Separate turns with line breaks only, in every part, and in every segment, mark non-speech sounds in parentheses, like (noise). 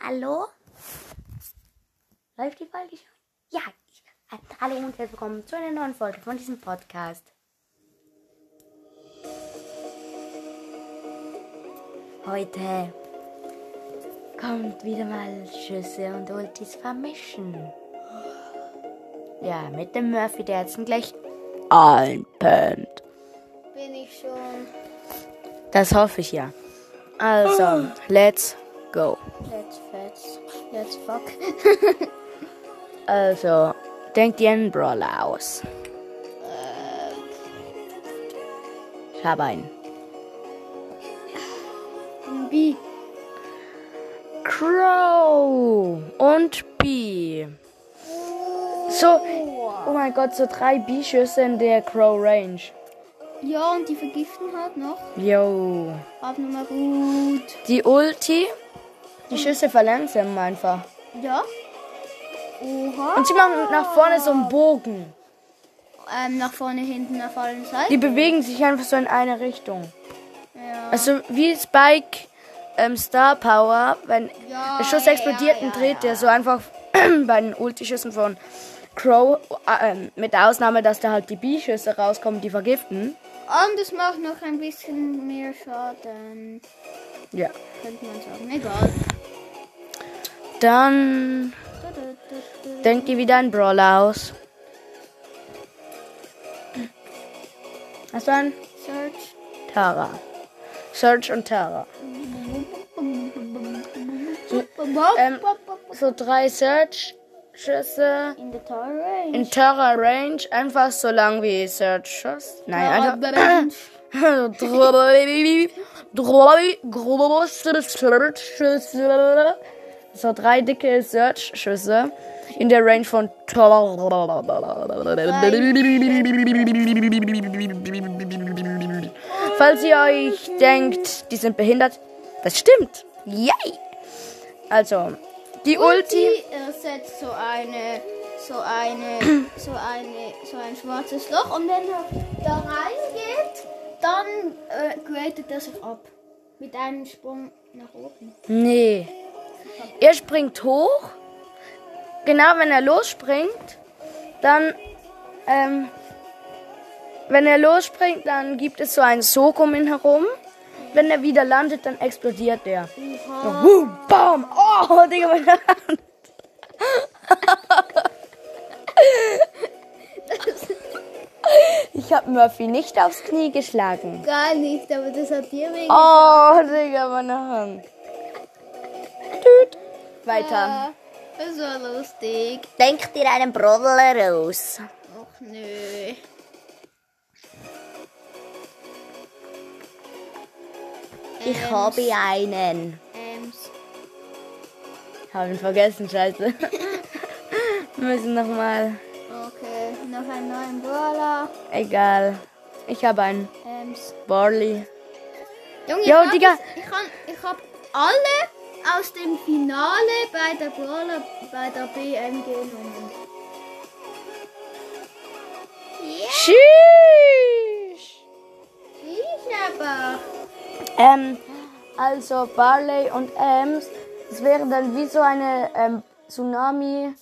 Hallo?
Läuft die Folge schon?
Ja, ich, äh, hallo und herzlich willkommen zu einer neuen Folge von diesem Podcast. Heute kommt wieder mal Schüsse und Ultis vermischen. Ja, mit dem Murphy, der jetzt gleich einpennt.
Bin ich schon.
Das hoffe ich ja. Also, let's go.
Let's fetch. Let's fuck.
Also, denkt ihr einen Brawler aus? Äh. Ich habe einen.
B.
Crow und B. So, oh mein Gott, so drei B-Schüsse in der Crow-Range.
Ja, und die vergiften halt noch.
Yo.
Hab nochmal gut.
Die Ulti, die Schüsse verlangsamen einfach.
Ja. Oha.
Und sie machen nach vorne so einen Bogen.
ähm, nach vorne, hinten, auf allen
Die
Seiten.
bewegen sich einfach so in eine Richtung.
Ja.
Also wie Spike ähm, Star Power, wenn
Ja,
der Schuss
ja,
explodiert,
ja,
dann dreht der so einfach (clears throat) bei den Ulti-Schüssen von Crow, äh, ähm, mit der Ausnahme, dass da halt die B-Schüsse rauskommen, die vergiften.
Und es macht noch ein bisschen mehr Schaden.
Ja.
Könnte man sagen. Egal.
Dann
Du, du, du, du.
denkt ihr wieder einen Brawler aus. Was dann?
Search.
Tara. Search und Tara. Ähm, So drei Search-Schüsse.
In der Tower Range.
In Terra Range einfach so lang wie Search Schuss. Nein, also-
Range.
einfach. Große Search Schüsse. So drei dicke Search Schüsse. In der Range von. Falls ihr euch denkt, die sind behindert, das stimmt. Yay! Also, die Ulti.
Die ersetzt so eine,
(clears throat)
so eine, so eine, so ein schwarzes Loch und wenn er da reingeht, dann äh, gradet er sich ab. Mit einem Sprung nach oben.
Nee. Er springt hoch. Genau, wenn er losspringt, dann, ähm, wenn er losspringt, dann gibt es so einen Sog um ihn herum. Wenn er wieder landet, dann explodiert er. So, boom, bam. Oh, Digga, meine Hand. (laughs) Ich habe Murphy nicht aufs Knie geschlagen.
Gar nicht, aber das hat dir wegen.
Oh, Digga, meine Hand. Tüt. Weiter.
Das war lustig.
Denk dir einen Brodler aus.
Och nö.
Ich habe einen.
Ems.
Hab ihn vergessen, (laughs) scheiße. Wir müssen nochmal.
Okay, noch einen neuen Brawler.
Egal. Ich habe einen
Ems.
Barley.
Junge,
Jo,
ich hab
Digga.
das- Ich, kann, ich hab alle aus dem Finale bei der Brawler, bei der BM genommen. Ja,
Tschüss.
ich aber.
Ähm, also Barley und Ems, das wäre dann wie so eine ähm, Tsunami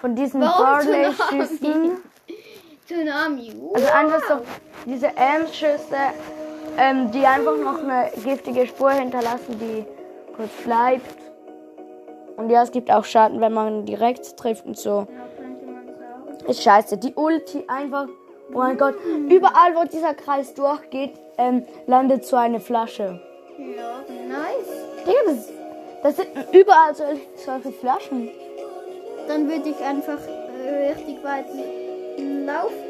von diesen
Warum
Barley-Schüssen.
Tsunami. Uh.
Also einfach so diese Elmschüsse, ähm, die einfach noch eine giftige Spur hinterlassen, die kurz bleibt. Und ja, es gibt auch Schaden, wenn man direkt trifft und so.
Ja, könnte man sagen.
Ist scheiße. Die Ulti einfach. Oh mein Gott. Überall, wo dieser Kreis durchgeht, ähm, landet so eine Flasche.
Ja, nice.
Digga, das, das sind überall so, solche Flaschen.
Dann würde ich einfach äh, richtig weit laufen,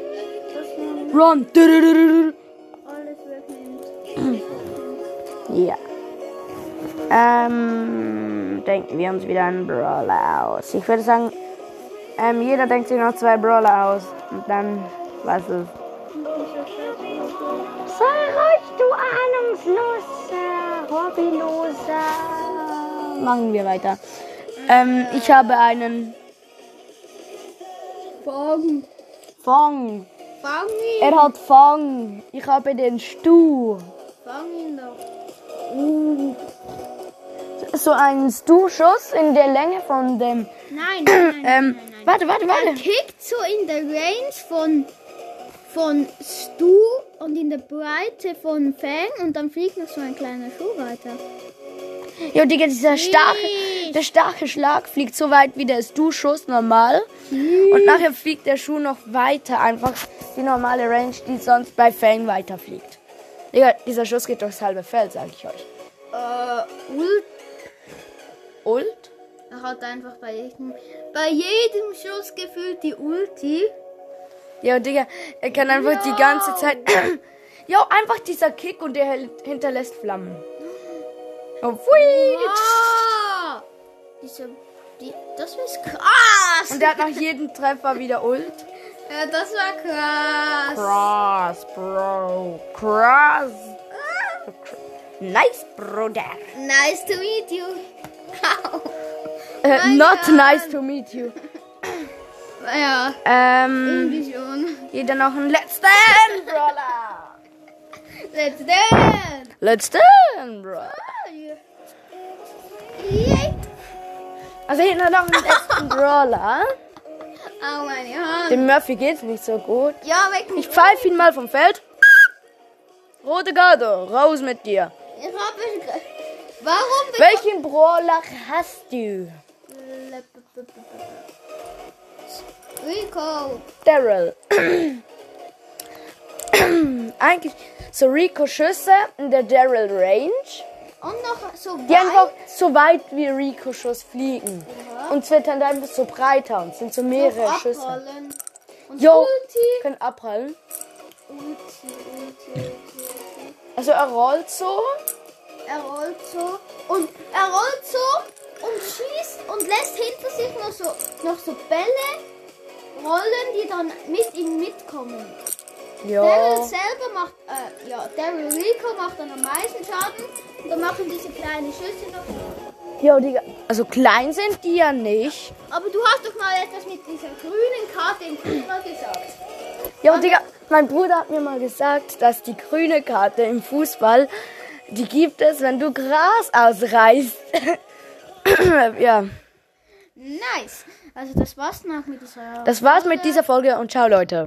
dass man
Run.
alles wegnimmt.
Ja. Ähm, denken wir uns wieder einen Brawler aus. Ich würde sagen, ähm, jeder denkt sich noch zwei Brawler aus. Und dann, was ist? Sei ruhig, du ahnungsloser, hobbyloser. Machen wir weiter. Ähm, ich habe einen
Fang.
Fong.
Fang ihn.
Er hat Fong. Ich habe den Stu.
Fang ihn doch.
Uh. so einen Stuhlschuss in der Länge von dem.
Nein, nein,
Ähm,
nein, nein, nein, nein.
warte, warte,
Er
warte.
kickt so in der Range von, von Stu und in der Breite von Fang und dann fliegt noch so ein kleiner Schuh weiter.
Jo, Digga, dieser starke,
Mies.
der starke Schlag fliegt so weit wie der Stuhlschuss normal. Und nachher fliegt der Schuh noch weiter, einfach die normale Range, die sonst bei Fang weiterfliegt. Digga, dieser Schuss geht durchs halbe Feld, sag ich euch.
Äh, Ult.
Und?
Er hat einfach bei jedem, bei jedem Schuss gefühlt die Ulti.
Ja, Digga, er kann einfach die ganze Zeit. (clears throat) Jo, einfach dieser Kick und der hinterlässt Flammen. Oh, pfui.
Ah, diese, die, das ist krass.
Und der hat nach jedem Treffer wieder Ult.
ja, das war krass.
Cross, bro. Cross. Nice, brother.
Nice to meet you.
Äh,
Mein
not
Gott.
nice to meet you.
ja,
Ähm,
irgendwie schon.
hier dann noch ein letzten Brawler.
Let's dance.
Letzten Brawler.
Ah, Oh,
Also hier dann noch einen letzten Brawler.
meine Hand.
Dem Murphy geht's nicht so gut.
Oh, Ja, weg
Ich
mich.
pfeife ihn mal vom Feld. Rote Garde, raus mit dir.
Ich hab mich ge- Warum bin
Welchen Brawler hast du?
Rico?
Daryl. Eigentlich so Rico Schüsse in der Daryl Range,
Und noch so
die einfach
weit.
so weit wie Rico Schuss fliegen. Und zwittern dann bis so breiter und sind so mehrere
Noch
Schüsse.
Mhm. abrollen. Und
Jo,
Ulti.
können abprallen.
Ulti, Ulti, Ulti, Ulti.
Also er rollt so.
Er rollt so und er rollt so und schießt und lässt hinter sich noch so, noch so Bälle rollen, die dann mit ihm mitkommen. Daryl
Jo.
selber macht, äh, ja, Daryl Rico macht dann am meisten Schaden. Und dann machen diese kleinen Schüsse noch.
Jo, Digga. Also klein sind die ja nicht.
Aber du hast doch mal etwas mit dieser grünen Karte im Fußball gesagt.
Jo, Digga. Mein Bruder hat mir mal gesagt, dass die grüne Karte im Fußball, die gibt es, wenn du Gras ausreißt. (coughs) ja.
Nice. Also das war's noch mit dieser.
Das war's mit dieser Folge und ciao, Leute.